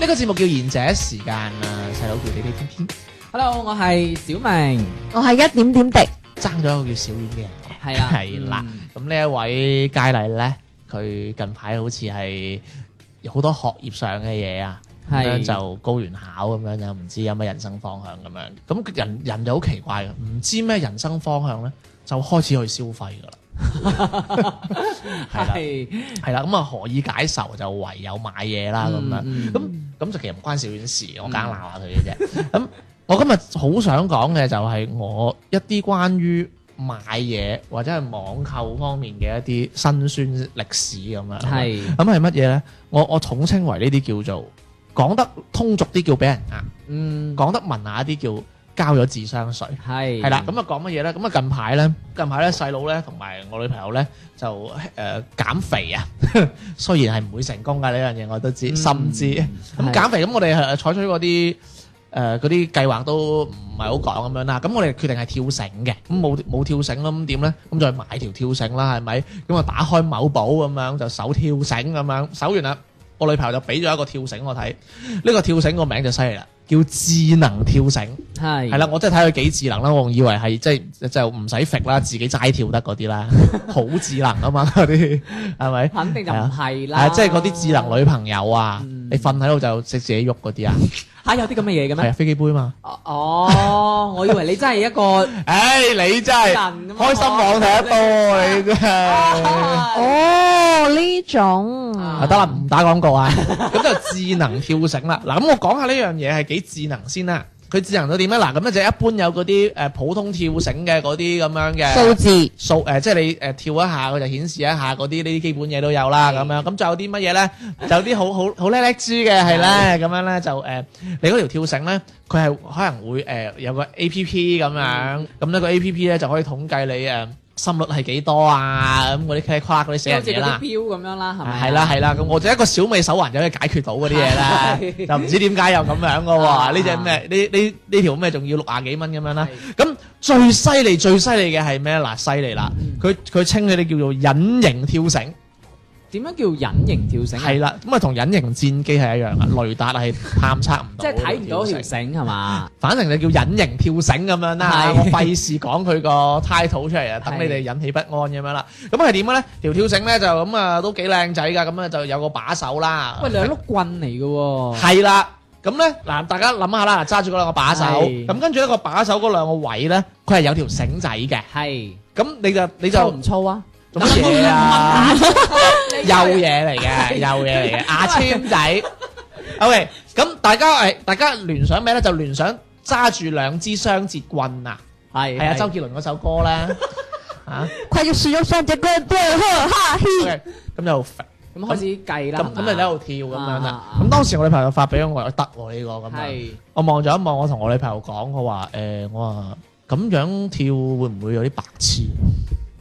呢個節目叫賢者時間啊，細佬叫你哋天天 Hello，我係小明， 我係一點點滴，爭咗一個叫小婉嘅人。係啦，係啦，咁呢一位佳麗咧，佢近排好似係有好多學業上嘅嘢啊，咁係樣就高原考咁樣又唔知有咩人生方向咁樣。咁人人就好奇怪嘅，唔知咩人生方向咧，就開始去消費噶啦。 係啦，係係啦，咁啊何以解愁就唯有買嘢啦咁樣。樣咁咁就其實唔關小丸事，我梗係鬧下佢嘅啫。咁我今日好想講嘅就係我一啲關於買嘢或者係網購方面嘅一啲辛酸歷史咁樣。係咁係乜嘢咧？我我統稱為呢啲叫做講得通俗啲叫俾人呃，嗯講得文雅啲叫交咗智商税。係係啦，咁啊講乜嘢咧？咁啊近排咧，近排咧細佬咧同埋我女朋友咧就誒、呃、減肥 啊，雖然係唔會成功㗎呢樣嘢，我都知，Ừ. 嗯甚至咁係減肥咁，我哋係採取嗰啲誒嗰啲計劃都唔係好講咁樣啦。咁我哋決定係跳繩嘅，咁冇冇跳繩啦，咁點咧？咁就去買條跳繩啦，係咪？咁啊打開某寶咁樣就搜跳繩咁樣，搜完啦，我女朋友就俾咗一個跳繩我睇，呢、個跳繩個名就犀利啦，叫智能跳繩。係係啦，我真係睇佢幾智能啦，我仲以為係即係就唔使揈啦，自己齋跳得嗰啲 啦，好智能啊嘛嗰啲，係咪？肯定就唔係啦，係即係嗰啲智能女朋友啊，嗯你瞓喺度就識自己喐嗰啲啊，嚇有啲咁嘅嘢嘅係咩啊？飛機杯 嘛。哦，我以為你真係一個唉，你真係人咁啊開心網睇得多，你真啊係。哦呢種， 啊得啦，唔打廣告啊。咁就智能跳繩啦。嗱，咁我講下呢樣嘢係幾智能先啦。佢智能到點咧？嗱，咁咧就一般有嗰啲誒普通跳繩嘅嗰啲咁樣嘅數字數誒、即係你誒、跳一下，佢就顯示一下嗰啲呢啲基本嘢都有啦，咁樣咁仲有啲乜嘢咧？就有啲好好好叻叻豬嘅係咧，咁樣咧就誒、你嗰條跳繩咧，佢係可能會誒、有個 A P P 咁樣，咁呢個 A P P 咧就可以統計你誒、心率係幾多啊，咁嗰啲茄夸嗰啲死好人似嘢嗰啲啦。標咁樣啦，係咪？À，啊係啦，係啦，咁我就一個小米手環就可以解決到嗰啲嘢啦，係就唔知點解又咁樣噶啊喎？呢只咩？呢呢呢條咩仲要六廿幾蚊咁樣啦？咁最犀利最犀利嘅係咩？嗱，犀利啦！嗯佢佢稱佢哋叫做隱形跳繩，啊點樣叫隱形跳繩啊？係啦，咁啊同隱形戰機係一樣嘅，雷達係探測唔即到，係睇唔到條，繩係嘛？反正就叫隱形跳繩咁樣啦係。我費事講佢個 title 出嚟啊，等你哋引起不安咁樣啦。咁係點嘅咧？條跳繩咧就咁啊都幾靚仔㗎，咁啊就有個把手啦。喂，兩碌棍嚟嘅喎，係啦，咁咧哦嗱，大家諗下啦，揸住嗰兩個把手，係咁跟住呢個把手嗰兩個位咧，佢係有條繩仔嘅，係咁你就你粗就唔粗啊？做乜嘢 啊？幼嘢嚟嘅，幼嘢嚟嘅，牙籤仔。OK，咁大家誒，大家聯想咩咧？就聯想揸住兩支雙節棍啊！係係啊，周杰倫嗰首歌咧啊快要使用上隻歌對呵哈嘿， ，OK，咁就咁開始計啦，咁咁就喺度跳咁樣啦啊。啊咁當時我女朋友發俾我，我話得喎呢個咁樣。係我望咗一望，我同我女朋友講，我話誒、我話咁樣跳會唔會有啲白痴？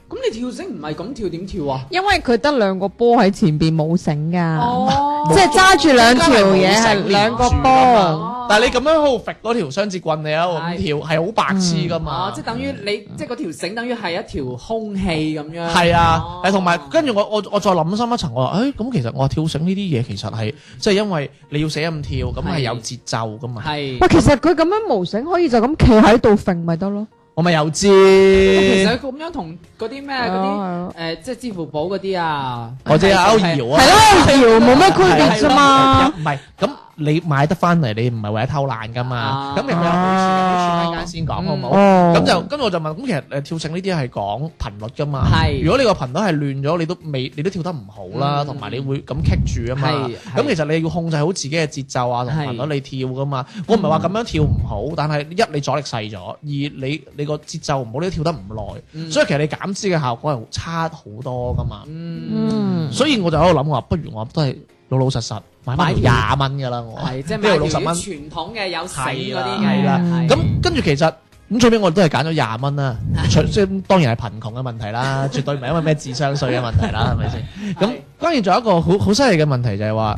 咁你跳繩唔係咁跳點跳啊？因為佢得兩個波喺前邊冇繩 㗎，哦即係揸住兩條嘢冇繩係連兩個住㗎波。嘛但係你咁樣喺度揈嗰條雙節棍，你喺度咁跳，係好白痴噶嘛？哦，即係等於你即係嗰條繩，等於係一條空氣咁樣。係啊哦，誒同埋跟住我我我再諗深一層，我話誒咁其實我跳繩呢啲嘢其實係即係因為你要寫咁跳，咁係係有節奏噶嘛。係喂，。其實佢咁樣無繩可以就咁企喺度揈咪得咯。我咪又知，其實咁樣同嗰啲咩嗰啲哦誒，即係支付寶嗰啲啊，我知啊，係歐搖啊，係咯，搖冇咩區別啫嘛。唔係咁你買得翻嚟，你唔係為咗偷懶噶嘛啊？咁又有好處，有好處一間先講好唔好？哦，咁就跟住我就問，咁其實呃誒跳繩呢啲係講頻率噶嘛？係如果你個頻率係亂咗，你都未，你都跳得唔好啦，嗯同埋你會咁棘住啊嘛。係係咁其實你要控制好自己嘅節奏啊，同係嗯頻率你跳噶嘛。我唔係話咁樣跳唔好，但係一你阻力細咗，二你你個節奏唔好，你都跳得唔耐，嗯所以其實你減脂嘅效果係差好多噶嘛。嗯，嗯，所以我就喺度諗，我話不如我都係老老實實買翻條買廿蚊㗎啦，我。係即係呢買度條60蚊傳統嘅有繩係嗰啦啲係嘅，啦係咁跟住其實咁最尾我哋都係揀咗廿蚊啦，除即係當然係貧窮嘅問題啦，絕對唔係因為咩智商税嘅問題啦，係咪先？咁係關鍵仲有一個好好犀利嘅問題就係話，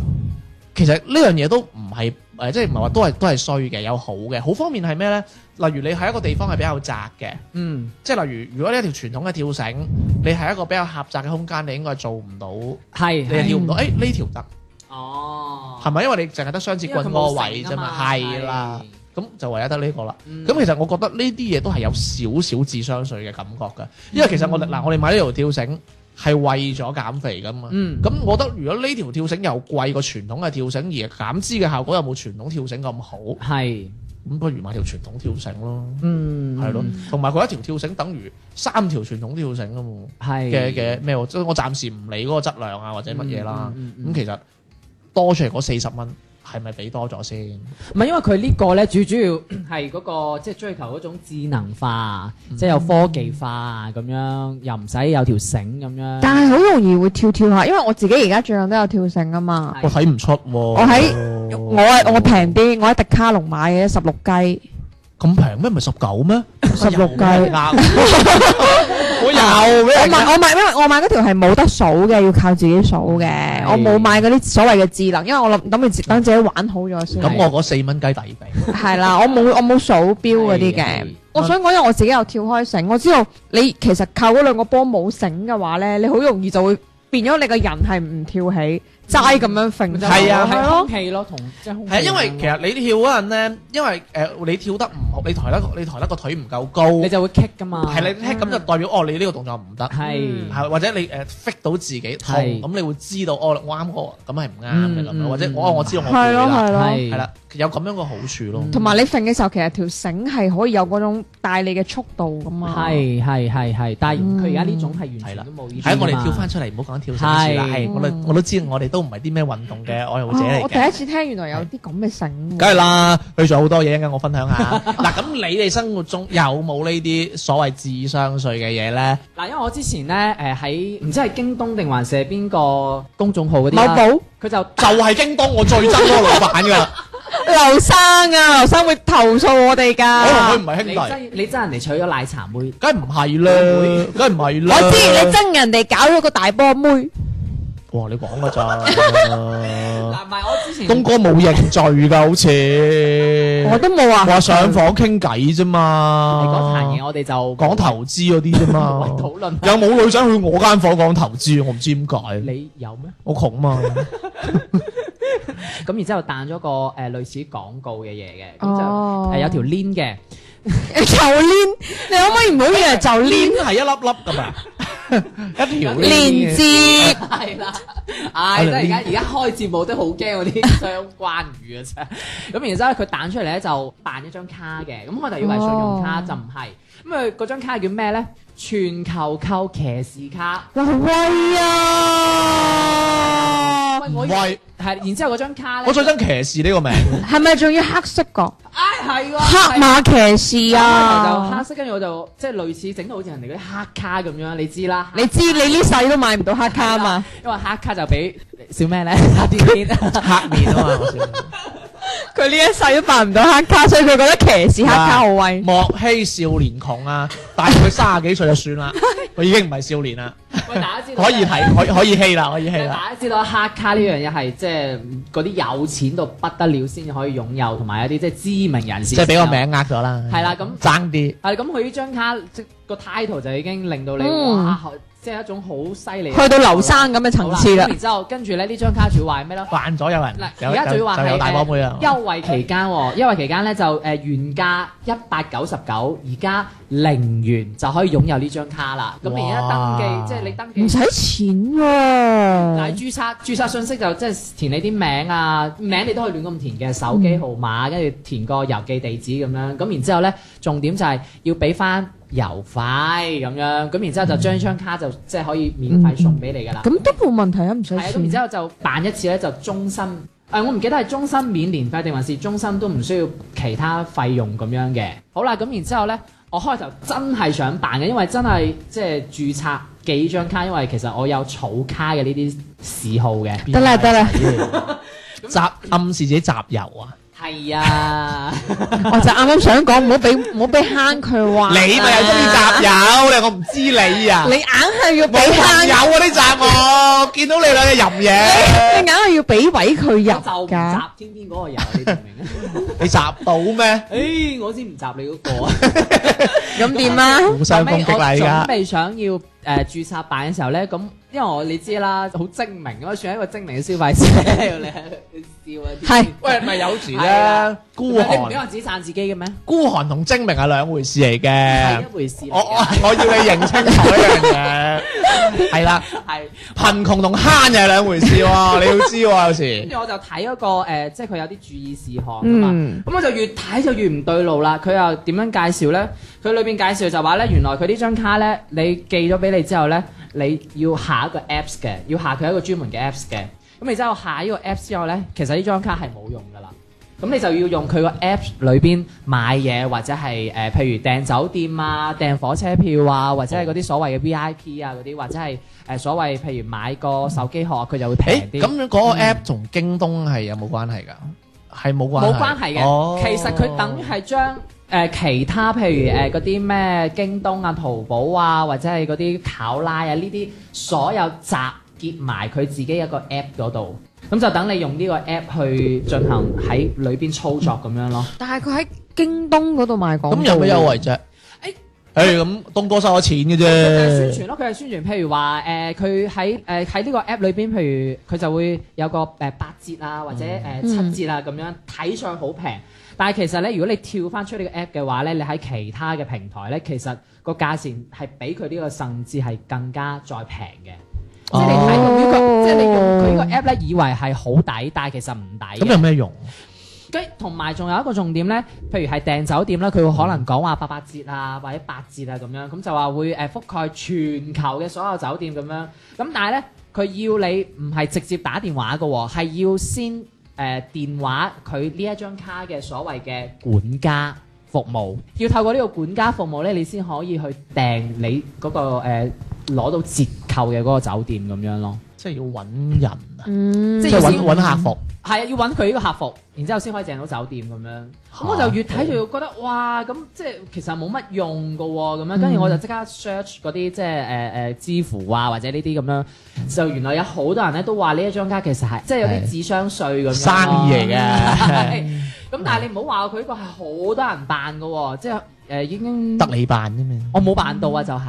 其實呢樣嘢都唔係誒，即係唔係話都係都係衰嘅，有好嘅。好方面係咩咧？例如你喺一個地方係比較窄嘅，嗯即係例如如果你一條傳統嘅跳繩，你係一個比較狹窄嘅空間，你應該係做唔到，你係係係跳唔到。誒呢條得哦，係咪？因為你淨係得雙節棍個位啊啫嘛，係啦，咁就唯有得呢個啦。咁咁其實我覺得呢啲嘢都係有少少智商税嘅感覺㗎，因為其實嗯我哋嗱、我哋買呢條跳繩係為咗減肥㗎嘛。嗯咁、我覺得如果呢條跳繩又貴過傳統嘅跳繩，而減脂嘅效果又冇傳統跳繩咁好，係咁不如買條傳統跳繩咯，嗯係咯、同埋佢一條跳繩等於三條傳統跳繩㗎嘛係嘅嘅咩喎？即係我暫時唔理嗰個質量啊或者乜嘢啦，咁、嗯嗯嗯嗯其實多出嚟嗰四十蚊係咪俾多咗先？唔係因為佢呢個咧，主主要係嗰、個 即係追求嗰種智能化，即係有科技化咁樣，又唔使有條繩咁樣。但係好容易會跳跳下，因為我自己而家最近都有跳繩啊嘛。係哦我睇唔出喎、我我喺我係我平啲，我喺迪卡龍買嘅十六雞，咁平咩？唔係十九咩？十六雞。我又俾我人買我買，因為我買嗰條係冇得數嘅，要靠自己數嘅。係我冇買嗰啲所謂嘅智能，因為我諗諗住自等自己玩好咗先。咁我嗰四蚊雞抵俾。係啦，我冇我冇數標嗰啲係嘅係。我想講，因為我自己有跳開繩，我知道你其實靠嗰兩個波冇繩嘅話咧，你好容易就會變咗你個人係唔跳起，齋咁樣揈。係啊係係咯空，氣咯，同即係空氣。係啊因為其實你跳嗰陣咧，因為誒你跳得唔好，你抬得你抬得個腿唔夠高，你係就會啊棘噶嘛。你聽咁就代表哦，你呢個動作唔得，係係或者你誒 fit 到自己痛，係咁你會知道哦，我啱嗰個咁係唔啱嘅嗯咁樣，嗯或者哦我我知道我攰係咯，啦，係咯。係係啦，有咁樣個好處咯。同埋你揈嘅時候，其實條繩係可以有嗰種帶你嘅速度噶嘛。係係係係，但係佢而家呢種係完係啦全都冇意思。係啊我哋跳翻。出嚟，唔好講跳繩事啦。係哦係我哋我都知，我哋都唔係啲咩運動嘅愛好者啊嚟我嘅第。一次聽原來有啲咁嘅繩梗喎。係啦，佢仲有好多嘢嘅，我分享下。 嗱，咁你哋生活中有冇呢啲所謂智商税嘅嘢咧？嗱，因為我之前咧誒喺唔知係京東定還是係邊個公眾號嗰啲某啦寶佢就就係京東我最憎嗰個老闆㗎 啦，劉生啊，劉生會投訴我哋我㗎。同佢唔係兄你弟，真你真人哋娶咗奶茶妹。梗係唔係啦，梗係唔係啦。我知你憎人哋搞咗個大波妹，哇！你講㗎咋？ 嗱，唔係我之前東哥冇認罪㗎，好似我都冇話話上房傾偈啫嘛。你嗰壇嘢，我哋就講投資嗰啲啫嘛 喂。討論。有冇女仔去我間房講投資？我唔知點解，你有咩？我窮 嘛。咁然之後彈咗個誒、呃、類似廣告嘅嘢嘅，咁就誒、哦有條 link 嘅， 就攣，你可唔可以唔好 以為就攣鏈係一粒粒噶 嘛，一條鏈連接？係啦，唉，真係而家而家開節目都好驚嗰啲相關語啊真係。咁然之後咧佢彈出嚟咧就彈一張卡嘅，咁我就以為信用卡哦就唔係，咁佢啊嗰張卡叫咩咧？全球購騎士卡。喂啊！喂，哦我唔以為喂，係，然之後嗰張卡咧，我最憎騎士呢個名，係咪仲要黑色個唉哎係喎，黑係馬騎士就黑啊？色，跟住我就即係類似整到好似人哋嗰啲黑卡咁樣，你知啦。你知你呢世都買唔到黑卡啊嘛？因為黑卡就俾小咩咧，黑啲面，黑面 啊嘛。 佢呢一世都扮唔到黑卡，所以佢覺得騎士黑卡好威。莫欺少年窮啊！但係佢三十幾歲就算啦，佢已經唔係少年啦，喂，大家知道可以睇，可以可以欺啦，可以欺啦。大家知道黑卡呢樣嘢係即係嗰啲有錢到不得了先至可以擁有，同埋一啲即係知名人士即係俾個名呃咗啦，係啦咁爭啲係咁，佢呢張卡即個 title 就已經令到你嗯哇，即係一種好犀利 嘅去到劉生咁嘅層次好咁啦，然之後跟住咧呢張卡仲要話咩咧？慣咗有人嗱，，有而家仲要話有係呃有大波妹啊誒！優惠期間喎，優惠期間咧就誒原價一百九十九，而家零元就可以擁有呢張卡啦。咁哇而家登記即係係你登記唔使錢喎啊但係。註冊註冊信息就即係填你啲名啊，名你都可以亂咁填嘅，手機號碼，跟住填個郵寄地址咁樣。咁然之後咧，重點就係要俾翻郵費咁樣。咁然之後就將張卡就即係可以免費送俾你㗎啦。咁都冇問題啊，唔使係啊，咁然錢之。後就辦一次咧，就終身。誒、我唔記得係終身免年費定還是終身都唔需要其他費用咁樣嘅。好啦，咁然之後咧，我開頭真係想辦嘅，因為真係即係註冊幾張卡，因為其實我有儲卡嘅呢啲嗜好嘅。得啦得啦，啊集暗示自己集郵啊！係啊，我就啱啱想講，唔好俾唔好俾坑佢啊話。你咪係中意集郵，你話我唔知你啊！你硬係要俾冇朋坑友，啊！呢集我見到你兩隻 淫嘢，你硬係要俾位佢我就入唔集㗎。天天嗰個人，你明唔明啊？ 你集到咩？誒、我先唔集你嗰個啊！咁 Dạ, 點啊？互相攻擊啦！而家後尾我準備想要誒、呃、註冊辦嘅時候咧，咁因為我你知啦，好精明咁算係一個精明嘅消費者，你笑啊！係喂，咪有時係啊咧，孤你唔俾我寒、自己讚自己嘅咩？孤寒同精明係兩回事嚟係一嘅。回事啊嚟我我嘅，我要你認清楚一樣嘢，係啦， 係。貧窮同慳又係兩回事喎，你要知喎，有跟時住我就睇嗰個誒，即係佢有啲注意事項啊嘛。嗯，咁我就越睇就越唔對路啦。佢又點樣介紹咧？佢裏邊介紹就話咧，原來佢呢張卡咧，你寄咗俾你之後咧，你要下一個 apps 嘅，要下佢一個專門嘅 apps 嘅。咁然之後下呢個 apps 之後咧，其實呢張卡係冇用噶啦。咁你就要用佢個 app 裏邊買嘢，或者係誒、呃譬如訂酒店啊、訂火車票啊，或者係嗰啲所謂嘅 VIP 啊嗰啲，或者係誒、呃所謂譬如買個手機殼，佢就會平誒啲。咁樣嗰個 app 同京東係有冇關係㗎？係冇關冇關係嘅。哦其實佢等於係將誒其他譬如誒嗰啲咩京東啊、淘寶啊，或者係嗰啲考拉啊呢啲所有集結埋佢自己一個 app 嗰度。咁就等你用呢個 app 去進行喺裏邊操作咁樣咯。但係佢喺京東嗰度賣廣告。咁有咩優惠啫？誒誒咁東哥收咗錢嘅佢係啫，宣傳咯，佢係宣傳。譬如話誒，佢喺誒喺呢個 app 裏邊，譬如佢就會有個誒八折啊，或者誒七折啊咁樣，睇上好平。但係其實咧，如果你跳翻出呢個 app 嘅話咧，你喺其他嘅平台咧，其實個價錢係比佢呢個甚至係更加再平嘅。即係你睇用呢個，即係你用佢呢個 app 咧，以為係好抵，但係其實唔抵嘅。咁有咩用？跟同埋仲有一個重點咧，譬如係訂酒店啦，佢會可能講話八八折啊，或者八折啊咁樣，咁就話會誒覆蓋全球嘅所有酒店咁樣。咁但係咧，佢要你唔係直接打電話嘅喎，係要先誒、呃、電話佢呢一張卡嘅所謂嘅管家服務，要透過呢個管家服務咧，你先可以去訂你嗰、個呃攞、到折扣嘅嗰個酒店咁樣咯。即係要揾人啊，嗯即即係係先揾揾客服。係啊，要揾佢呢個客服，然之後先可以訂到酒店咁樣。咁我就越睇就覺得哇，咁即係其實冇乜用噶喎，咁嗯樣跟住我就即刻 search 嗰啲即係誒誒支付啊，或者呢啲咁樣，就原來有好多人咧都話呢一張卡其實係即係有啲係智商税咁樣生意嚟嘅，嘅。咁但係你唔好話佢呢個係好多人辦噶喎，即係誒已經得你辦啫嘛。我冇辦到啊，就哦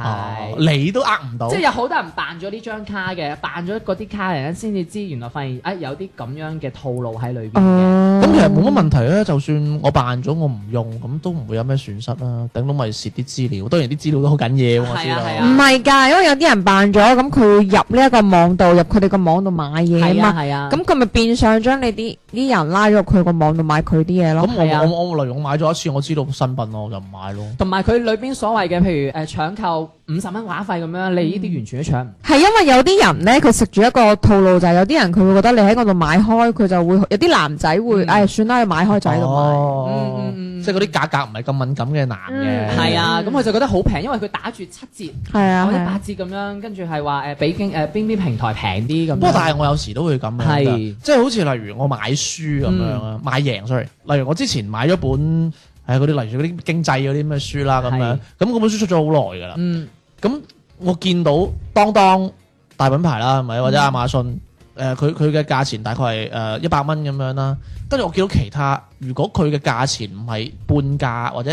係。你都呃唔到即係，有好多人辦咗呢張卡嘅，辦咗嗰啲卡嘅人先至知，原來發現誒有啲咁樣嘅套路喺裏邊嗯嘅。Ờ. 咁其實冇乜問題啊。就算我辦咗，我唔用，咁都唔會有咩損失啦。頂到咪蝕啲資料，當然啲資料都好緊要，我知係啊係唔啊道。係㗎，因為有啲人辦咗，咁佢會入呢一個網度，入佢哋個網度買嘢係啊啊嘛。係啊，咁佢咪變相將你啲啲人拉咗入佢個網度買佢啲嘢咯。咁係啊我我我例如我買咗一次，我知道新品咯，我就唔買咯。同埋佢裏邊所謂嘅，譬如誒搶購五十蚊話費咁樣，嗯你呢啲完全都搶唔係因為有啲人咧，佢食住一個套路，就係有啲人佢會覺得你喺嗰度買開，佢就會有啲男仔會，嗯唉，算啦，你買開就喺度 Ờ. 買。哦嗯嗯嗯即係嗰啲價格唔係咁敏感嘅男嗯嘅，係啊，咁佢就覺得好平，因為佢打住七折係啊或者係八啊，折咁樣，跟住係話誒比經誒邊啲平台平啲咁樣。不過但係我有時都會咁樣㗎係嗯即係好似例如我買書咁樣啊，買贏 sorry。例如我之前買咗本誒嗰啲，例如嗰啲經濟嗰啲咩書啦咁樣係，咁嗰本書出咗好耐㗎啦。嗯咁我見到當當大品牌啦，係咪或者亞馬遜？嗯誒佢佢嘅價錢大概係誒一百蚊咁樣啦，跟住我見到其他，如果佢嘅價錢唔係半價或者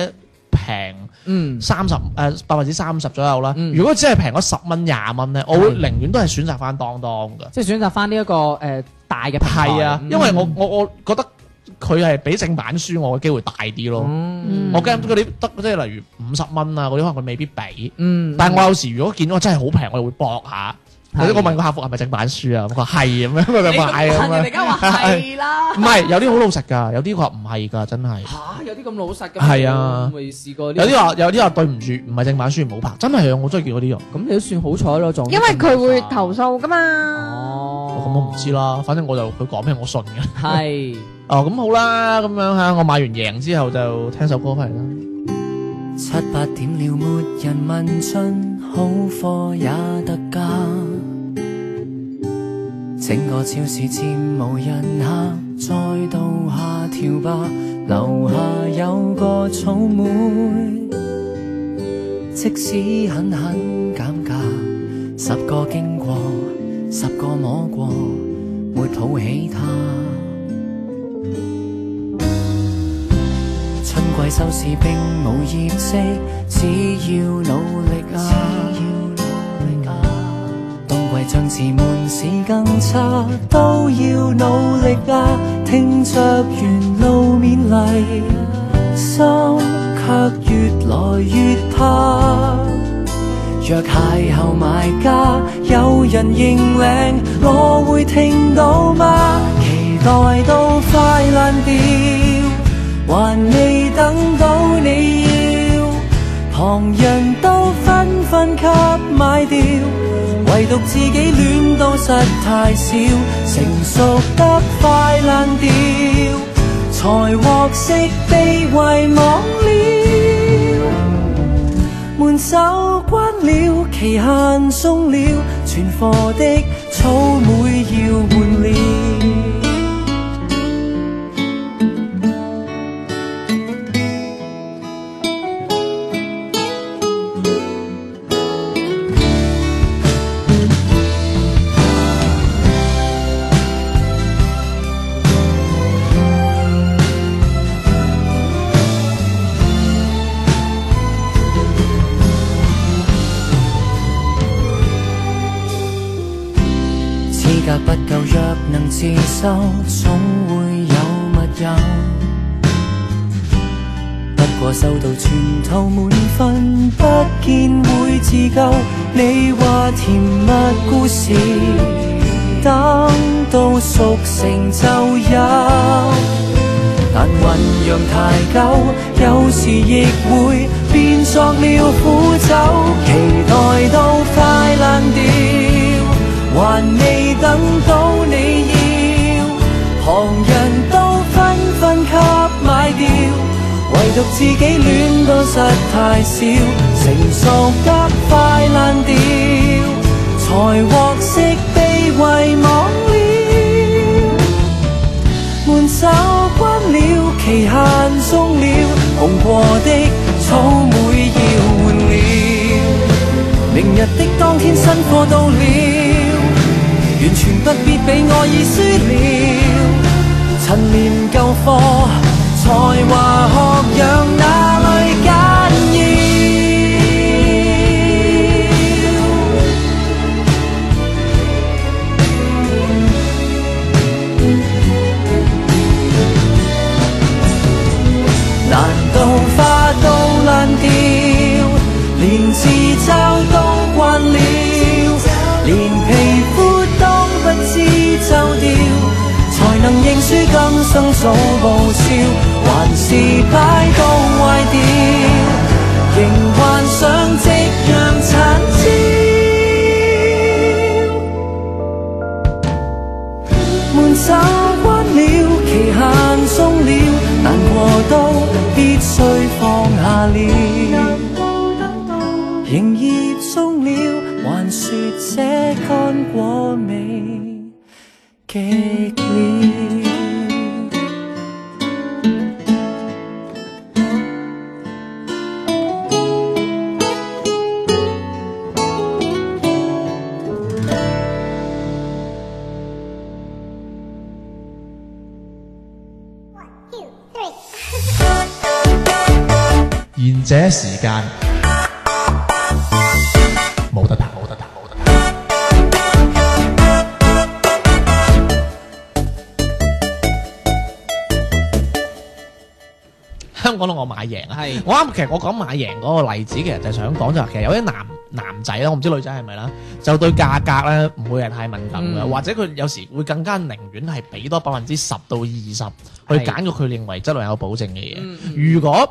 平嗯，三十誒百分之三十左右啦，嗯如果只係平咗十蚊廿蚊咧，我會寧願都係選擇翻當當㗎。呃即係選擇翻呢一個誒大嘅平台啊啊嗯係啊，因為我我我覺得佢係比正版輸我嘅機會大啲咯。嗯我驚嗰啲得即係例如五十蚊啊嗰啲，可能佢未必俾。嗯，但係我有時如果見到真係好平，我就會搏下。係或者我問個客服係咪正版書啊？咁佢 話係咁樣，佢你就買咁咁啊問人樣。哋 梗話係啦唔。係有啲好老實㗎，有啲佢話唔係㗎，真係。吓，有啲咁老實嘅咩，係啊我未試過呢有個。啲話有啲話對唔住，唔係正版書唔好拍，真係啊！我真係見過呢樣。咁你都算好彩咯，仲因為佢會投。訴噶嘛。哦，咁我唔知啦。啦，反正我就佢講咩我信嘅。係哦，咁好啦，咁樣嚇，我買完贏之後就聽首歌翻嚟啦。七八點了，沒人問津，好貨也特價。整個超市漸無人客，再度下調吧。樓下有個草莓，即使狠狠減價，十個經過，十個摸過，沒抱起它。春季收市並無業績，只要努力啊！冬季將至，門市更差，都要努力啊！聽着沿路勉勵，心卻越來越怕。若邂逅買家有人認領，我會聽到嗎？期待到快爛掉，還未等到你要，旁人都紛紛給買掉，唯獨自己戀到實太少，成熟得快爛掉，才獲悉被遺忘了。門手關了，期限鬆了，存貨的草莓要換了。資格不夠，若能自修，總會有密友。不過收到全套滿分，不見會自救。你話甜蜜故事，等到熟成就有。但醖釀太久，有時亦會變作了苦酒。期待到快爛掉，還未等到你要，旁人都紛紛給買掉，唯獨自己戀到實太少，成熟得快爛掉，才獲悉被遺忘了。門手關了，期限鬆了，紅過的草莓要換了。明日的當天新貨到了，完全不必比我已輸了。陳年舊貨，才華學養哪裏緊要？難道花都爛掉，連自嘲都慣了，連皮膚都不知皺掉，才能認輸今生早報銷，還是擺到壞掉，仍幻想夕陽殘照。門手關了，期限鬆了，難過都必須放下了。營業終了，還說這乾果味極了。賢者時間冇得彈，冇得彈，冇得彈。啱講到我買贏啊！係我啱其實我講買贏嗰個例子，其實就係想講就係其實有啲男男仔啦，我唔知女仔係咪啦，就對價格咧唔會係太敏感嘅，嗯或者佢有時會更加寧願係俾多百分之十到二十去揀個佢認為質量有保證嘅嘢。嗯嗯如果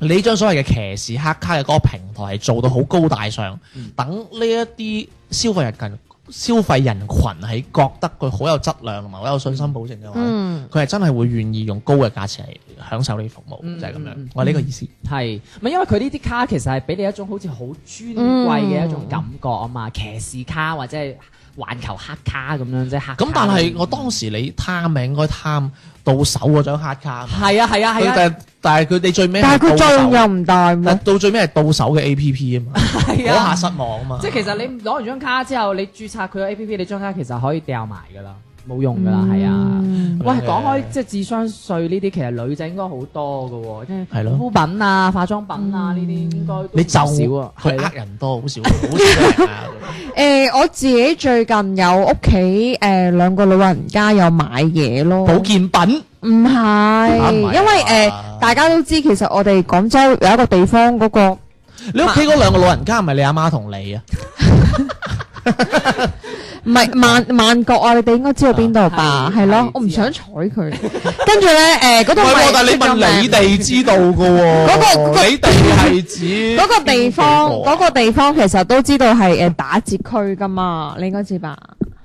你將所謂嘅騎士黑卡嘅嗰個平台係做到好高大上，嗯等呢一啲消費人群消費人群係覺得佢好有質量同埋好有信心保證嘅話呢，嗯，佢係真係會願意用高嘅價錢嚟享受呢啲服務，嗯就係咁嗯嗯樣。我係呢個意思。係，咪因為佢呢啲卡其實係俾你一種好似好尊貴嘅一種感覺啊嗯嘛，騎士卡或者係環球黑卡咁樣啫，黑卡嗯咁但係我當時你貪咪應該貪到手嗰張黑卡嘛，係啊係啊係佢啊，但係但係佢哋最尾但係佢係到作用手又唔大喎但。到最尾係到手嘅 A P P 啊嘛，係嗰啊下，失望啊嘛。即係其實你攞完張卡之後，你註冊佢個 A P P，你張卡其實可以掉埋㗎啦，冇用㗎啦，係啊。嗯喂，講開即係智商税呢啲，其實女仔應該好多㗎喎，即係係咯護膚品啊、化妝品啊嗯呢啲應該都你唔就少啊，佢係呃咯人多，好少，好少人啊。诶、我自己最近有屋企诶兩個老人家有買嘢咯，保健品唔係，啊唔係啊因為诶、大家都知其實我哋廣州有一個地方嗰、個你屋企嗰兩個老人家係咪你阿媽同你啊？唔係 萬萬國啊，你哋應該知道邊度吧？啊係係咯係，我唔知啊想睬佢。跟住咧，诶嗰度唔係咪喎，但係你出咗問名你哋知道嘅喎，嗰個你哋係指嗰個地方，邊幾個啊嗰個地方其實都知道係誒打折區噶嘛，你應該知吧？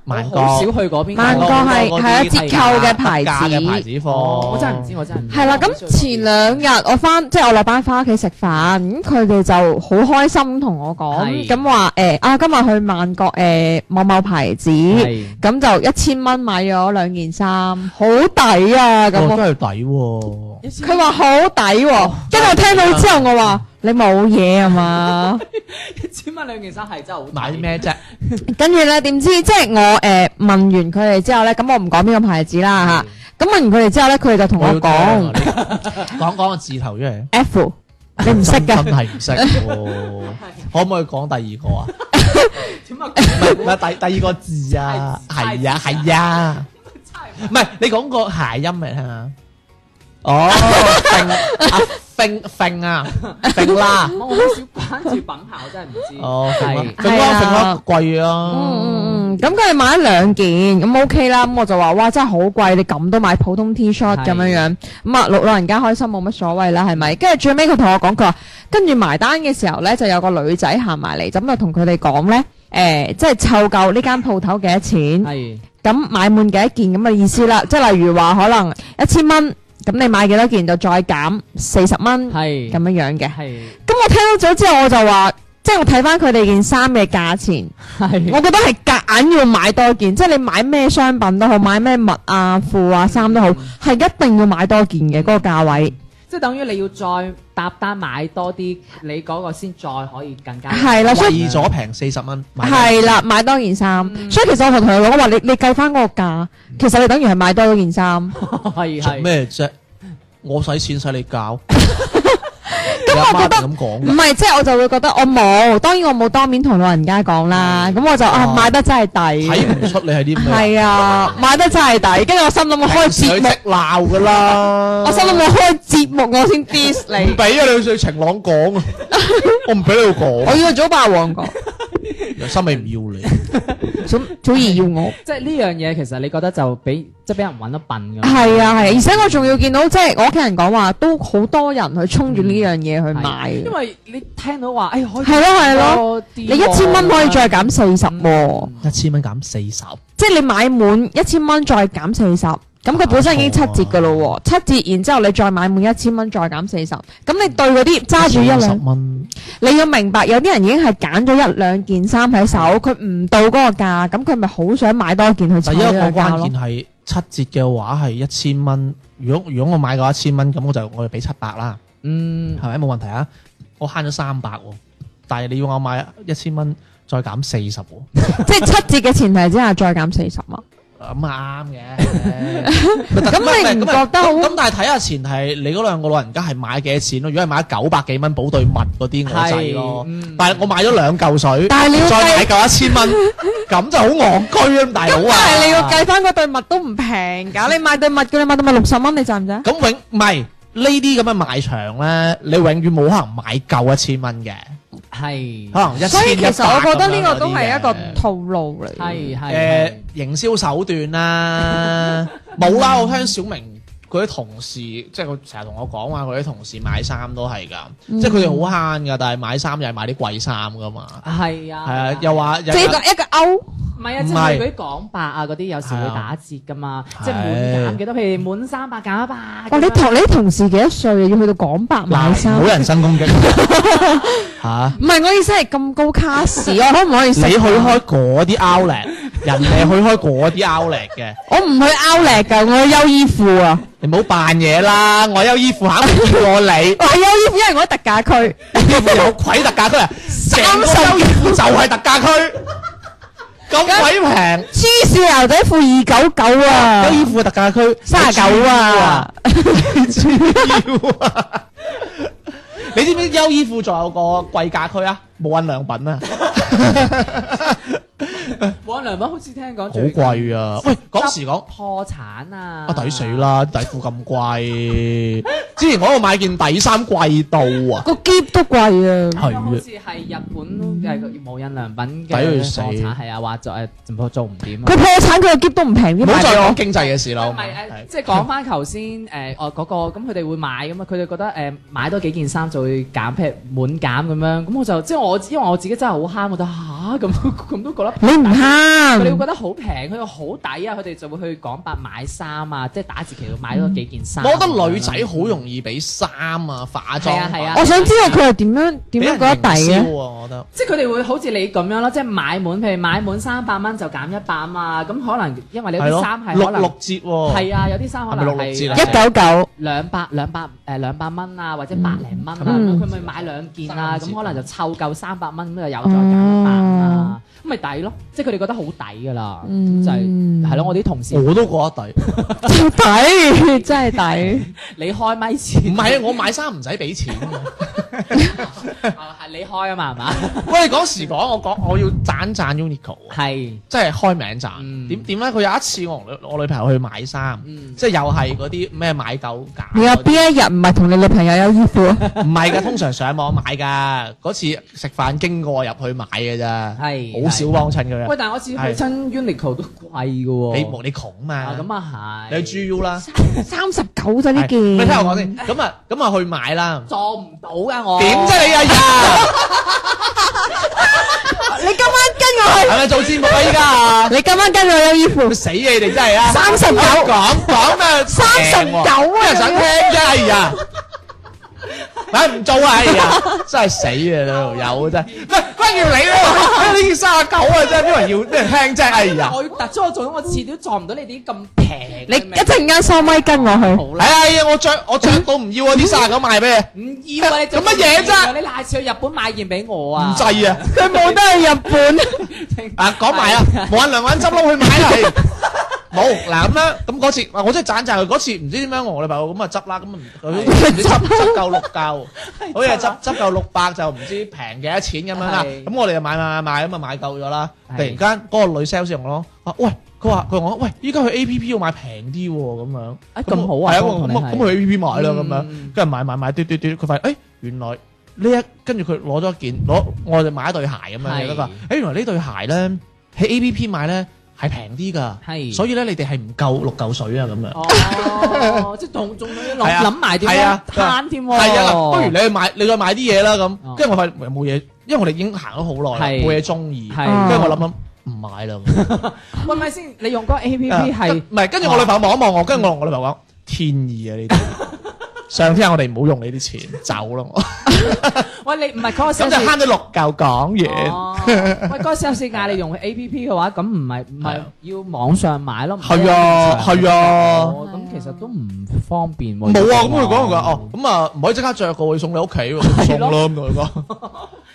萬我好少國去嗰邊。萬國係嗰啲係啊，折扣嘅牌特價嘅牌子。子貨，哦，我真係唔知，我真係唔知係啦，咁前兩日我翻即係我落班翻屋企食飯，咁佢哋就好開心咁同我講，係咁話誒啊今日去萬國誒某某牌子，係咁就一千蚊買咗兩件衫，好抵啊！咁哇我真係抵喎。佢話好抵喎，跟住我聽到之後我話你冇嘢啊嘛。一千蚊兩件衫係真係好抵買啲？咩啫？跟住咧，點知即係我誒、呃、問完佢哋之後咧，咁我唔講邊個牌子啦嚇。咁問完佢哋之後咧，佢哋就同我講講講個字頭出嚟， F，你唔識真㗎。係唔識喎。可唔可以講第二個啊？點啊？唔係第第二個字啊，係係啊係啊，唔係你講個諧音嚟聽下。哦，揈啊揈揈啊揈啦，我好少關注品牌，我真係唔知。哦揈啦係揈係啦啊揈啦貴啊，嗯嗯嗯，咁佢哋買咗兩件，咁 OK 啦。咁我就話哇，真係好貴，你咁都買普通 T-shirt 係咁樣樣。咁啊，老老人家開心冇乜所謂啦，係咪？跟住最尾佢同我講，佢話跟住埋單嘅時候咧，就有個女仔行埋嚟，咁就同佢哋講咧，誒、即係湊夠呢間鋪頭幾多錢。係咁買滿幾多件咁嘅意思啦，即係例如話可能一千蚊，咁你買幾多件就再減四十蚊咁係樣樣嘅。係咁我聽到咗之後，我就話，即係我睇翻佢哋件衫嘅價錢，係 我覺得係夾硬要買多件，即係你買咩商品都好，買咩襪啊、褲啊、衫都好，係一定要買多件嘅嗰個價位。即係等於你要再搭單買多啲，你嗰個先再可以更加係啦，所以貴咗平四十蚊，買係啦，買多件衫。所以其實我同佢講，我話你你計翻嗰個價，其實你等於係買多咗件 衫。係做係咩啫？我使錢使你教，咁我覺得咁講唔㗎，係，即係我就會覺得我冇，當然我冇當面同老人家講啦。咁我就啊哦買得真係睇抵，唔出你係啲咩人。係 啊買得真係抵。跟住我心諗我開節目，目鬧噶啦我心諗我開節目我先 diss 唔你。俾啊！你去晴朗講 啊，我唔俾你我講，啊要做霸王講，心美唔要你。早早兒要我。即係呢樣嘢，其實你覺得就俾即係俾人揾得笨咁。係啊係啊，而且我仲要見到即係我屋企人講話，都好多人去衝住呢樣嘢去買。啊因為你聽到話，誒可以係咯係咯，多啲你一千蚊可以再減四十喎。一千蚊減四十，即係你買滿一千蚊再減四十，咁佢本身已經七折噶咯喎，七折，然之後你再買滿一千蚊再減四十，咁你對嗰啲揸住一十兩，蚊，你要明白有啲人已經係揀咗一兩件衫喺手，佢唔到嗰個價，咁佢咪好想買多件去第炒一呢個個價關咯鍵。係七折嘅話係一千蚊。如果如果我買夠一千蚊，咁我就我就俾七百啦，嗯係咪冇問題啊？我慳咗三百喎，但係你要我買一千蚊再減四十喎，即係七折嘅前提之下再減四十啊！ 咁啊啱嘅。咁你唔覺得好？咁但係睇下前提，你嗰兩個老人家係買幾多錢咯？如果係買九百幾蚊保對襪嗰啲，我制咯係。嗯但係我買咗兩嚿水，但係你要再買計，夠一千蚊，咁就好戇居啊，大佬啊！但係你要計翻嗰對襪都唔平㗎，你買對襪叫你買對襪六十蚊，你賺唔賺？咁永唔係呢啲咁嘅賣場咧，你永遠冇可能買夠一千蚊嘅，係可能一千所以其實我覺覺得呢個都 à. 係一個套路嚟。係係誒營銷手 段啦，冇啦！我聽小明佢啲同事，即係佢成日同我講話，佢啲同事買衫都係㗎，嗯即係佢哋好慳㗎，但係買衫又係買啲貴衫㗎嘛，係啊，係啊，又話即又係一個一個勾，唔係啊，即唔係係佢嗰啲港百啊嗰啲有時會打折噶嘛，係啊即係滿減幾多，譬如滿三百減一百。哇！你同你啲同事幾多歲啊？要去到港百買衫好？人身攻 擊嚇，唔係我意思係咁高卡士，我可唔可以食你去開嗰啲 outlet，人哋去開嗰啲 outlet 嘅，我唔去 Outlet 㗎，我去優衣庫啊！你唔好扮嘢啦！我有衣服肯定見過你。我係優衣庫，因為我喺特價區。衣服有鬼特價區啊！成個優衣庫就係特價區，咁鬼平。黐線牛仔褲二九九啊優！衣庫嘅特價區三十九啊！你知唔知優衣庫仲有個貴價區啊？冇印良品啊，黃良品好似聽講好最近貴啊！喂，講時講。破產啊！啊抵死！啦！底褲咁貴，之前我喺度買件底衫貴到啊，個夾都貴啊！係好啊，似係日本誒無印良品嘅抵佢死破產係啊，話做誒唔好做唔掂佢啊。破產，佢個夾都唔平唔嘅，好買再俾講我。經濟嘅事啦，好唔唔係好誒，即係講翻頭先誒，我嗰個咁佢哋會買咁嘛，佢哋覺得誒買多幾件衫就會減譬如滿減咁樣，咁我就即係我因為我自己真係好慳，我就嚇咁都咁都覺得你唔嗯佢哋會慳，覺得好平，佢哋好抵啊！佢哋就會去港百買衫啊，即係打折期度買多幾件衫。我覺得女仔好容易俾衫啊、化係啊妝係啊我想知道佢係點樣點樣覺得俾抵人啊營銷？啊，我覺得。即係佢哋會好似你咁樣咯，即係買滿，譬如買滿三百蚊就減一百啊嘛。咁可能因為你有係啲咯衫係六可能六折喎，係啊，有啲衫係咪可能六六折啊係一九九，兩百兩百誒兩百蚊啊，或者百嗯零蚊啊，咁佢咪買兩件啊，咁可能就湊夠三百蚊咁就有咗減一百嗯啊，咁咪抵咯。即係佢哋覺得好抵㗎啦，就係係咯。我啲同事我都覺得抵。抵真係抵。你開咪前 唔係啊，我買衫唔使俾錢啊。 啊係你開啊嘛係 嘛？喂，你講時講，我講我要讚讚 Uniqlo 啊，係即係開名讚。嗯點點咧？佢有一次我同女我女朋友去買衫，嗯即係又係嗰啲咩買夠價你有嗰啲。邊一日唔係同你女朋友有衣服啊？唔係㗎，通常上網買㗎。嗰次食飯經過入去買嘅咋，係好少幫襯佢嘅。喂，但係我試去親 Uniqlo 都貴嘅喎。你冇你窮嘛啊？咁啊係。你去 GU 啦。三十九咋呢係件？你聽我講先。咁啊咁啊去買啦。做唔到㗎我。點啫你啊呀？你今晚係咪做節目啊依家啊？跟我去，你今晚跟我有衣服。死你哋真係啊！ 39講講咩？ 39啊有人想聽啫，哎呀！唉，唔做啊！哎呀，真係死啊！你條友真係，喂，關要你啦！呢件三十九啊，真係邊人要邊人聽啫？哎呀！我要突出我做到我次都撞唔到你哋啲咁平。你一陣間收咪跟我去。好係啦。啊，哎呀，我着我着到唔要啊！啲三十九賣俾你，唔要啊！你咁乜嘢啫你下次去日本買件俾我唔啊！制啊！佢冇得去日本，啊，講埋啊，冇人兩眼執撈去買 啦，係冇嗱咁啦，咁嗰次嗱我真係賺賺佢嗰次，唔知點樣我女朋友咁啊執啦，咁唔佢佢 執執夠六嚿，好似係執執夠六百就唔知平幾多錢咁樣啦，係咁我哋就買買買買咁啊買夠咗啦，係突然間嗰個女 sales 同我講啊喂，佢話佢話我喂依家去 A P P 要買平啲喎咁樣，啊咁好啊係啊幫咁襯啊你係咁去 A P P 買啦咁樣嗯，跟住買買買嘟嘟嘟，佢發現誒原來。呢一跟住佢攞咗件攞，我就買一對鞋咁樣嘅。係佢話：誒哎原來呢對鞋咧喺 A P P 買咧係平啲㗎，係所以咧你哋係唔夠六嚿水啊咁 樣。哦，即係仲仲要係啊諗諗埋啲係啊慳添喎。係啊，不如你去買，你去買啲嘢啦咁。哦跟住我發現喂冇嘢，因為我哋已經行咗好耐啦，係冇嘢中意。跟係住我諗諗唔買啦。咁喂咪先，你用嗰個 A P P 啊係哦唔 係？跟住我女朋友望一望我，跟住我同我女朋友講：天意啊呢 啲，上天啊我哋唔好用你啲錢，走啦我。喂你唔係嗰個咁 sales 就慳咗六嚿港元。哦，喂，嗰個 sales 嗌你用 A P P 嘅話，咁唔係唔係係啊要網上買咯？唔係啊可以現場係啊哦咁其實都唔方便喎。冇啊，咁佢講佢話哦，咁啊唔可以即刻着個，會送你屋企喎，送咯咯咁同佢講。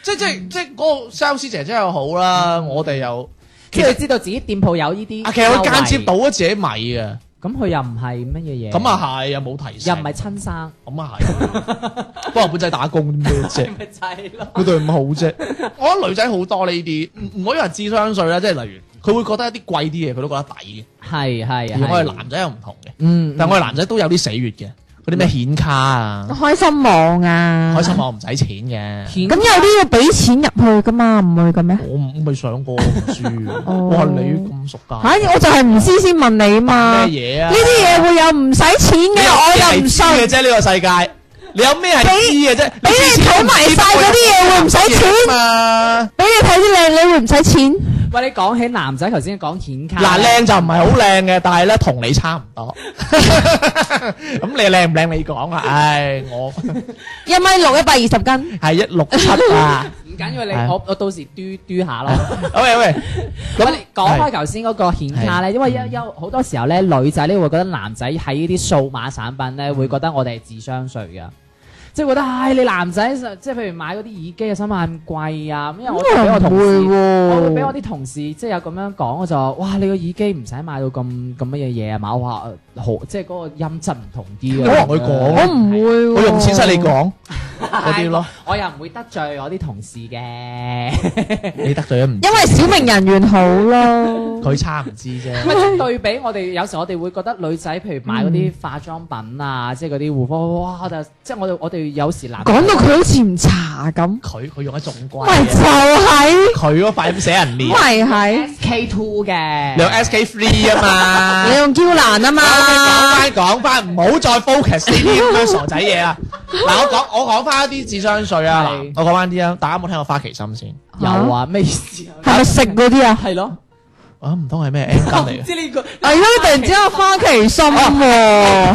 即即即嗰個 sales 姐姐又好啦，我哋又即係佢知道自己店鋪有呢啲優惠，啊，其實佢間接倒咗自己米嘅，咁佢又唔係乜嘢嘢，咁啊係又冇提又醒，唔係親 生，咁啊係，幫日本仔打工咩啫？咪就係咯。佢對唔好啫。我覺得女仔好多呢啲，唔唔可以話智商税啦，即係例如佢會覺得一啲貴啲嘢佢都覺得抵嘅， 係係，而我係哋男仔又唔同嘅，嗯，但係我哋男仔都有啲死穴嘅。嗰啲咩顯卡啊， 開心網啊，開心網唔使錢嘅。咁咁有啲要俾錢入去噶嘛，唔會嘅咩？我唔我未上過書，哦哇！你咁熟㗎？吓、我就係唔知先問你嘛。呢哦咩嘢啊？啲嘢會有唔使錢嘅，我又唔信。嘅啫，呢個世界。你有咩係知嘅啫？俾你睇埋晒嗰啲嘢會唔使錢 嘛？俾你睇啲靚女會唔使錢？喂，你講起男仔頭先講顯卡，嗱，靚就唔係好靚嘅，但係咧同你差唔多。 咁你靚唔靚你講啊？唉，我 一米六一百二十斤，係一六七啊。唔緊要，係你我我到時嘟嘟下咯。喂喂，咁咁你講開頭先嗰個顯卡咧，因為有有好多時候咧，女仔咧會覺得男仔喺呢啲數碼產品咧，會覺得我哋係智商税嘅，即係覺得唉，你男仔就即係譬如買嗰啲耳機啊，心下咁貴啊，咁因為我咁俾又我唔同事，我會會俾我喎。啲同事即係有咁樣講，我就話哇，你個耳機唔使買到咁咁乜嘢嘢啊嘛，我話呃好，即係嗰個音質唔同啲啊。我同佢講我唔會喎。我用錢使你講嗰啲咯，我又唔會得罪我啲同事嘅，你得罪咗唔？因為小明人緣好 咯。佢差唔知啫。 咪 對比我哋有時我哋會覺得女仔譬如買嗰啲化妝品啊，即係嗰啲護膚，哇！我就即係我哋我哋有時男講到佢好似唔查咁，佢佢用得仲貴咪就啊，係，佢嗰塊咁寫人面，咪係。 S K two 嘅，你用 SK three 啊嘛。你用嬌蘭啊嘛，我哋講翻講翻，唔好再 focus 呢啲咁嘅傻仔嘢啦。嗱，我講我講翻一啲智商税啊，嗱係我講翻啲啊，大家有冇聽過花旗參先？ 有啊，咩意思啊？係咪食嗰啲啊？係咯，啊，唔通係咩 M 金嚟嘅？即係呢個係咯，突然之間花旗參喎，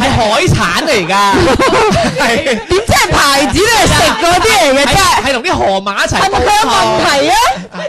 係海產嚟㗎，點知係牌子你係食嗰啲嚟嘅係啫？係同啲河馬一齊。係咪佢有問題啊？係花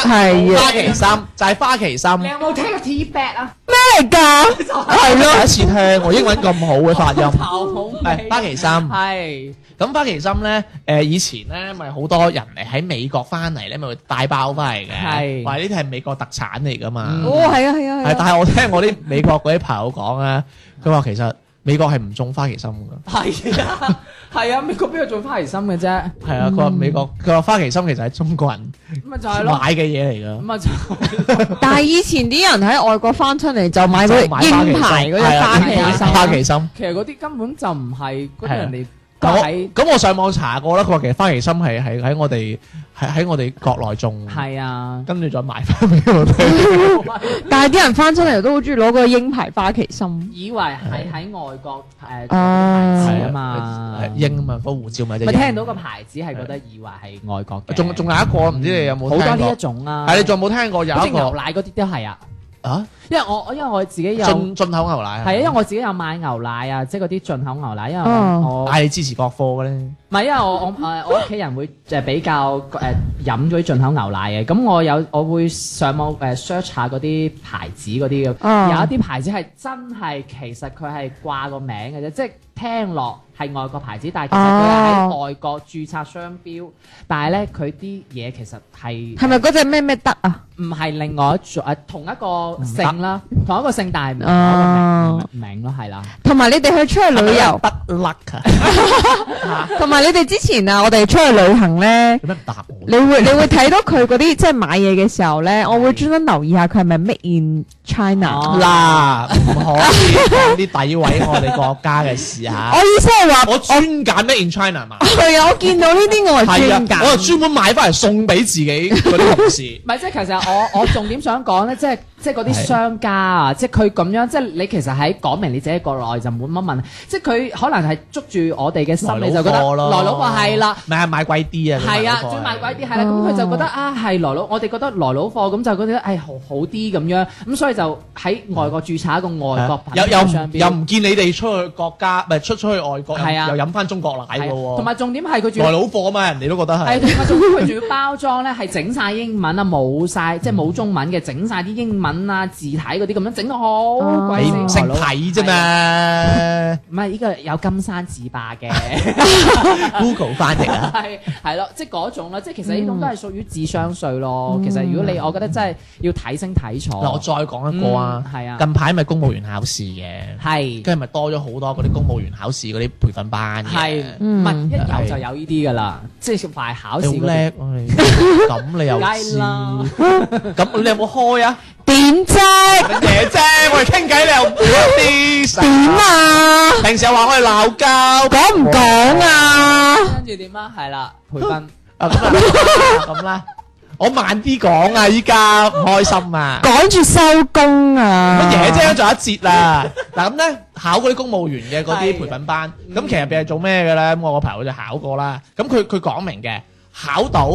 係啊花旗參就係花旗參。你有冇聽過 T back 啊？咩嚟㗎？係第一咯，次聽，我英文咁好嘅發音。頭好係花旗參。係咁花旗參咧，誒、以前咧咪好多人嚟喺美國翻嚟咧，咪會帶包翻嚟嘅，係話呢啲係美國特產嚟噶嘛。嗯哦係啊係啊係，係但啊，係我聽我啲美國嗰啲朋友講咧，佢話其實美國係唔種花旗參㗎。係啊係啊，美國邊度做花旗參嘅啫？係啊，佢話美國，佢話花旗參其實係中國人咁咪就買係咯，嘅嘢嚟㗎。咁啊就但係以前啲人喺外國翻出嚟就買嗰就買花旗參啲英牌嗰啲係啊花旗參花參，旗參。 其實嗰啲根本就唔係嗰啲係啊人哋都咁喺我咁我上網查過啦，佢話其實花旗參係係喺我哋係喺我哋國內種，係啊。跟住再賣翻俾我哋。但係啲人翻出嚟都好中意攞嗰個英牌花旗參。以為係喺外國誒嗰哦個牌係子啊嘛係，英啊嘛，個護照咪就咪英聽到個牌子係覺得以為係外國嘅，仲仲有一個唔知你有冇好聽過多呢一種啊，係你仲有冇聽過有好似一牛個奶嗰啲都係啊，啊因為我我因為我自己有係進進口牛奶啊，因為啊？我自己有買牛奶啊，即係嗰啲進口牛奶，因為哦我我嗌你支持國貨嘅咧，唔係因為我我 誒我屋企人會誒比較誒飲咗啲進口牛奶嘅，咁我有我會上網誒 search 下嗰啲牌子嗰啲嘅，哦有一啲牌子係真係其實佢係掛個名嘅啫，即係聽落係外國牌子，但係其實佢係喺外國註冊商標，但係咧佢啲嘢其實係係咪嗰只咩咩德啊？唔係另外一種誒同一個姓啦，同一個姓但係唔哦同一個名名咯，係啦，同埋你哋去出去 旅遊，不 luck 啊！同埋你哋之前啊，我哋出去旅行咧。做咩唔答我？你會你會睇到佢嗰啲即係買嘢嘅時候咧，我會專登留意下佢係咪 made in China。哦嗱，唔可以講啲诋毀我哋國家嘅事我 嚇。意思係話，我專揀 Made in China 嘛，係啊，我見到呢啲我係係啊專，我揀。係專門買翻嚟送俾自己嗰啲同事。唔係，即係其實我我重點想講咧，即係即係嗰啲商家啊，即係佢咁樣，即係你其實喺講明你自己國內就冇乜問題，即係佢可能係捉住我哋嘅 心理就覺得來佬貨咯來佬貨係啦。咪係買貴啲啊，係啊，來佬貨最賣貴啲係啦，咁佢就覺得啊係來佬，我哋覺得來佬貨咁就覺得誒好好啲咁樣，咁所以就喺外國註冊一個外國品又又牌唔上邊，又唔見你哋出去國家，唔係出出去外國，係啊又又飲翻中國奶嘅係喎。同埋重點係佢仲來要佬貨嘛，人哋都覺得係係。同埋仲要佢仲要包裝咧，係整晒英文啊，冇晒即係嗯冇中文嘅，整晒啲英文啊字體嗰啲咁樣整到好鬼哦你死唔識來佬睇啫嘛唔係呢個有金山寺霸 嘅， ，Google 翻 譯啊，係係咯，即係嗰種啦，即係其實呢種都係屬於智商税咯。其實如果你，我覺得真係要睇清睇楚。嗯嗱，我再講一個啊嗯，係啊近排咪公務員考試嘅，係跟住咪多咗好多嗰啲公務員考試嗰啲培訓班嘅係唔係一有就有呢啲㗎啦？即係快考你好試叻嗰啲啊你咁你又梗係啦知？咁你有冇開啊？點啫？姐姐，我哋傾偈你又唔啲點啊？平時又話我哋鬧交，講唔講啊？跟住點啊？係啦，培訓啊咁啦咁啦，我慢啲講啊，依家唔開心啊。趕住收工啊！乜嘢啫？仲有一節啦。嗱咁咧，考嗰啲公務員嘅嗰啲培訓班，咁其實佢係做咩嘅咧？咁我個朋友就考過啦。咁佢佢講明嘅，考到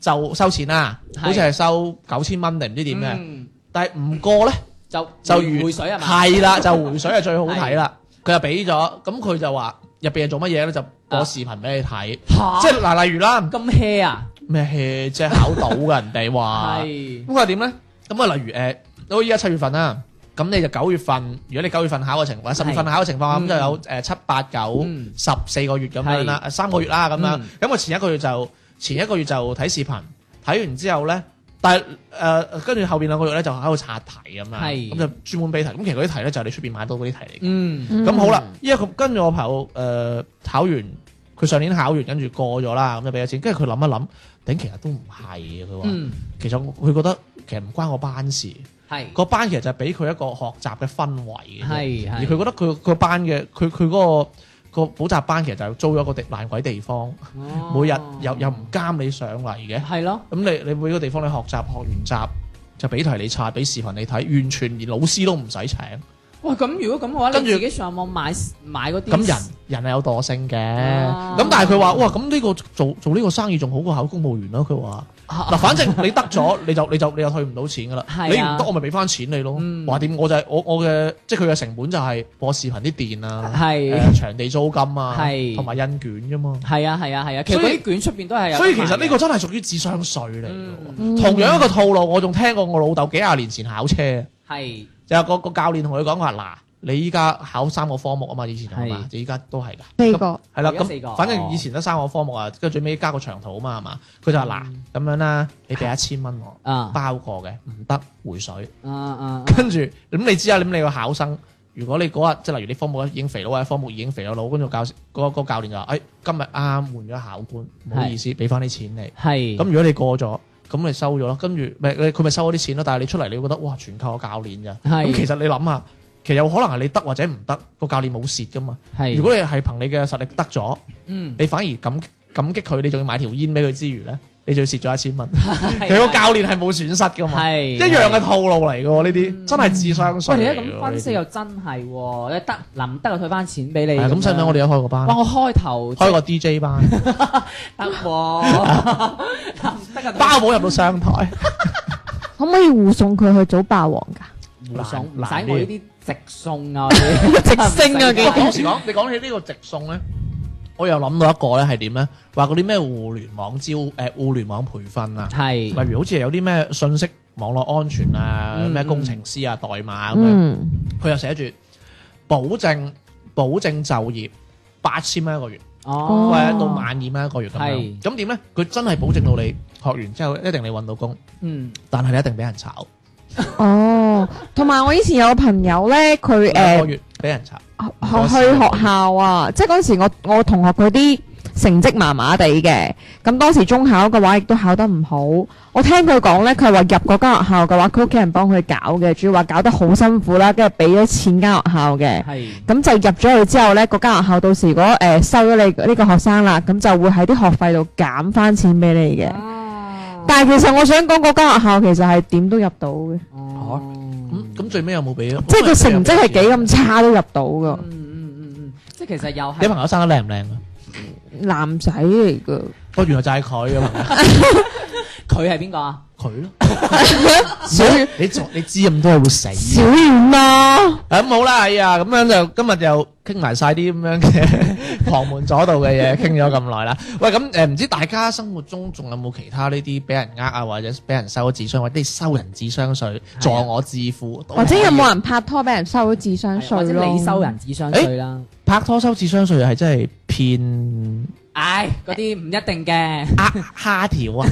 就收錢啦，係好似係收九千蚊定唔知點嘅。嗯但係唔過咧就就回完回水係嘛？係啦，就回水係最好睇啦。佢就俾咗，咁佢就話入邊係做乜嘢咧？就播視頻俾你睇，嚇即係嗱，例如啦，咁 hea 啊？咩 hea 啫，考到嘅人哋話。係咁佢點咧？咁啊，例如誒，到依家七月份啦，咁你就九月份，如果你九月份考嘅情況，或者十月份考嘅情況下，嗯咁就有誒七八九嗯十四個月咁樣啦，呃三個月啦咁樣嗯。咁我前一個月就前一個月就睇視頻，睇完之後咧。但係誒，跟住後邊兩個月咧就喺度刷題咁樣，係咁就專門俾題。咁其實嗰啲題咧就係你出邊買到嗰啲題嚟嘅。嗯咁好啦，因為佢跟住我朋友誒、呃考完，佢上年考完，跟住過咗啦，咁就俾咗錢。跟住佢諗一諗，頂其實都唔係嘅。佢話、嗯其實我佢覺得其實唔關我班事，係個班其實就係俾佢一個學習嘅氛圍嘅啫。係而係佢覺得佢佢個班嘅佢佢嗰個個補習班其實就租咗個地爛鬼地方，哦每日又又唔監你上嚟嘅。係咯，咁你你每個地方你學習學完習就俾題你刷，俾視頻你睇，完全連老師都唔使請。哇！咁如果咁嘅話，跟你住自己上網買買嗰啲咁人人係有惰性嘅，哦咁但係佢話：哇，咁呢個做做呢個生意仲好過考公務員咯。佢話啊嗱，反正你得咗你就你就你就退唔到錢噶啦係，啊你唔得我咪俾翻錢你咯嗯。話點我就係我我嘅即係佢嘅成本就係播視頻啲電啊，係誒場地租金啊，係同埋印卷啫嘛。係啊係啊係啊，其實所嗰以啲卷出邊都係有。所以其實呢個真係屬於智商税嚟嗯嘅喎。同樣一個套路，我仲聽過我老豆幾廿年前考車。係 有個個教練同佢講話嗱，你依家考三個科目啊嘛，以前係嘛係，你依家都係噶四個係啦，而家四個咁反正以前得三個科目啊，跟住最尾加個長途啊嘛，係嘛？佢就話嗱咁樣啦，你俾一千蚊我，嗯啊包過嘅，唔得回水。啊啊跟住咁你知啊，咁你個考生，如果你嗰日即係例如你科目一已經肥佬或者科目二已經肥咗佬，跟住教嗰個教練就話：，誒今日啱換咗考官，唔好意思，俾翻啲錢你。係咁如果你過咗，咁咪收咗咯。跟住咪你佢咪收咗啲錢咯。但係你出嚟，你會覺得哇，全靠個教練咋。係咁其實你諗下，其實有可能係你得或者唔得，個教練冇蝕噶嘛。係如果你係憑你嘅實力得咗， 嗯你反而感感激佢，你仲要買條煙俾佢之餘咧，你仲要蝕咗一千蚊。係啊其實個教練係冇損失噶嘛，係啊嗯一樣嘅套路嚟嘅喎。呢啲真係智商税喂，嚟嘅你而喎。家咁分析呢又真係喎，你得嗱唔得就退翻錢俾你。啲係啊咁，使唔使我哋哋？都開個班哇！？我開頭開個 DJ 班， 得 喎，得唔得啊？包保入到商台。可唔可以護送佢去早霸王㗎？唔送唔使難我呢啲啲直送啊， 直升 啊幾不過講時講，你講起呢個直送咧，我又諗到一個咧係點咧？話嗰啲咩互聯網招誒、呃互聯網培訓啊，係例如好似係有啲咩信息網絡安全啊、嗯咩工程師啊、代碼咁樣，嗯，佢又寫住保證保證就業八千蚊一個月，哦，或者到萬二蚊一個月咁樣。係咁點咧？佢真係保證到你學完之後一定你揾到工，嗯但係你一定俾人炒，哦，同埋我以前有個朋友咧，佢一誒個月俾人炒。學去學校啊，即係嗰陣時我我同學佢啲成績麻麻地嘅，咁當時中考嘅話亦都考得唔好。我聽佢講咧，佢係話入嗰間學校嘅話，佢屋企人幫佢搞嘅，主要話搞得好辛苦啦，跟住俾咗錢間學校嘅。係咁就入咗去之後呢，嗰間學校到時如果誒、呃收咗你呢個學生啦，咁就會喺啲學費度減翻錢俾你嘅。哦但係其實我想講嗰間學校其實係點都入到嘅，哦咁咁最尾有冇俾啊？嗯即係佢成績係幾咁差都入到噶。嗯嗯嗯嗯，即係其實又你係朋友生得靚唔靚啊？嗯男仔嚟噶，哦，原來就係佢啊！ 佢係邊個啊？佢咯， 你做你知咁多係會死小遠啊，咁好啦，哎呀，咁樣就今日又傾埋晒啲咁樣嘅 旁門左道嘅 嘢，傾咗咁耐啦。喂，咁誒唔知大家生活中仲有冇其他呢啲俾人呃啊，或者俾人收咗智商，或者收人智商税，助我致富，啊或者有都可以冇人拍拖俾人收咗智商或税者咯？你收人智商税啦，拍拖收智商税係真係偏唉，嗰啲唔一定嘅。啊蝦條啊，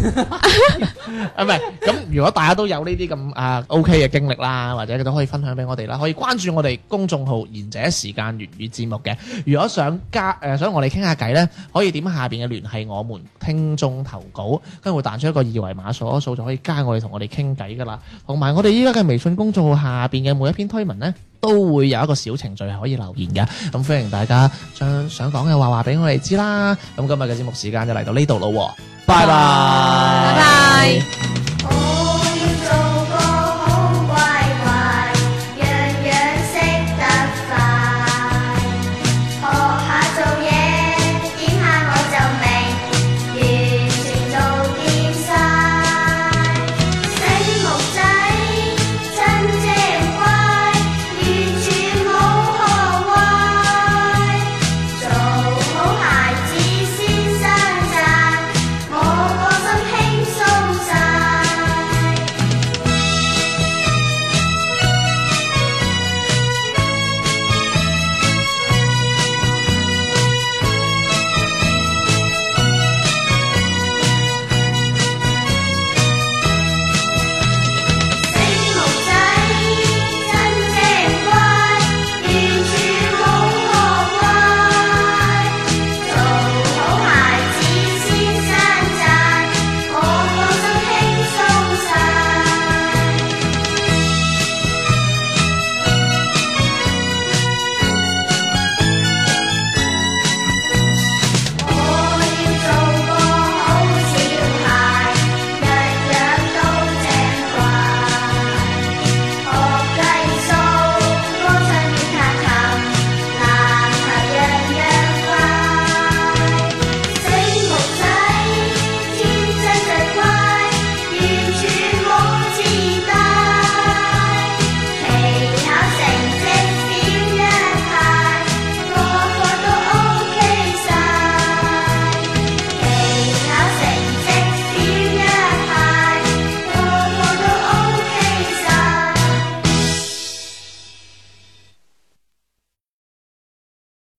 啊唔係咁，如果大家都有呢啲咁啊 à, OK 嘅經歷啦，或者都可以分享俾我哋啦，可以關注我哋公眾號賢者時間粵語節目嘅。如果想加誒、呃想我哋傾下偈咧，可以點下邊嘅聯繫我們聽眾投稿，跟住會彈出一個二維碼掃一掃就可以加我哋同我哋傾偈噶啦。同埋我哋依家嘅微信公眾號下邊嘅每一篇推文咧。都會有一個小程序係可以留言嘅，咁歡迎大家將想講嘅話話俾我哋知啦。咁今日嘅節目時間就嚟到呢度咯喎，拜拜。拜拜。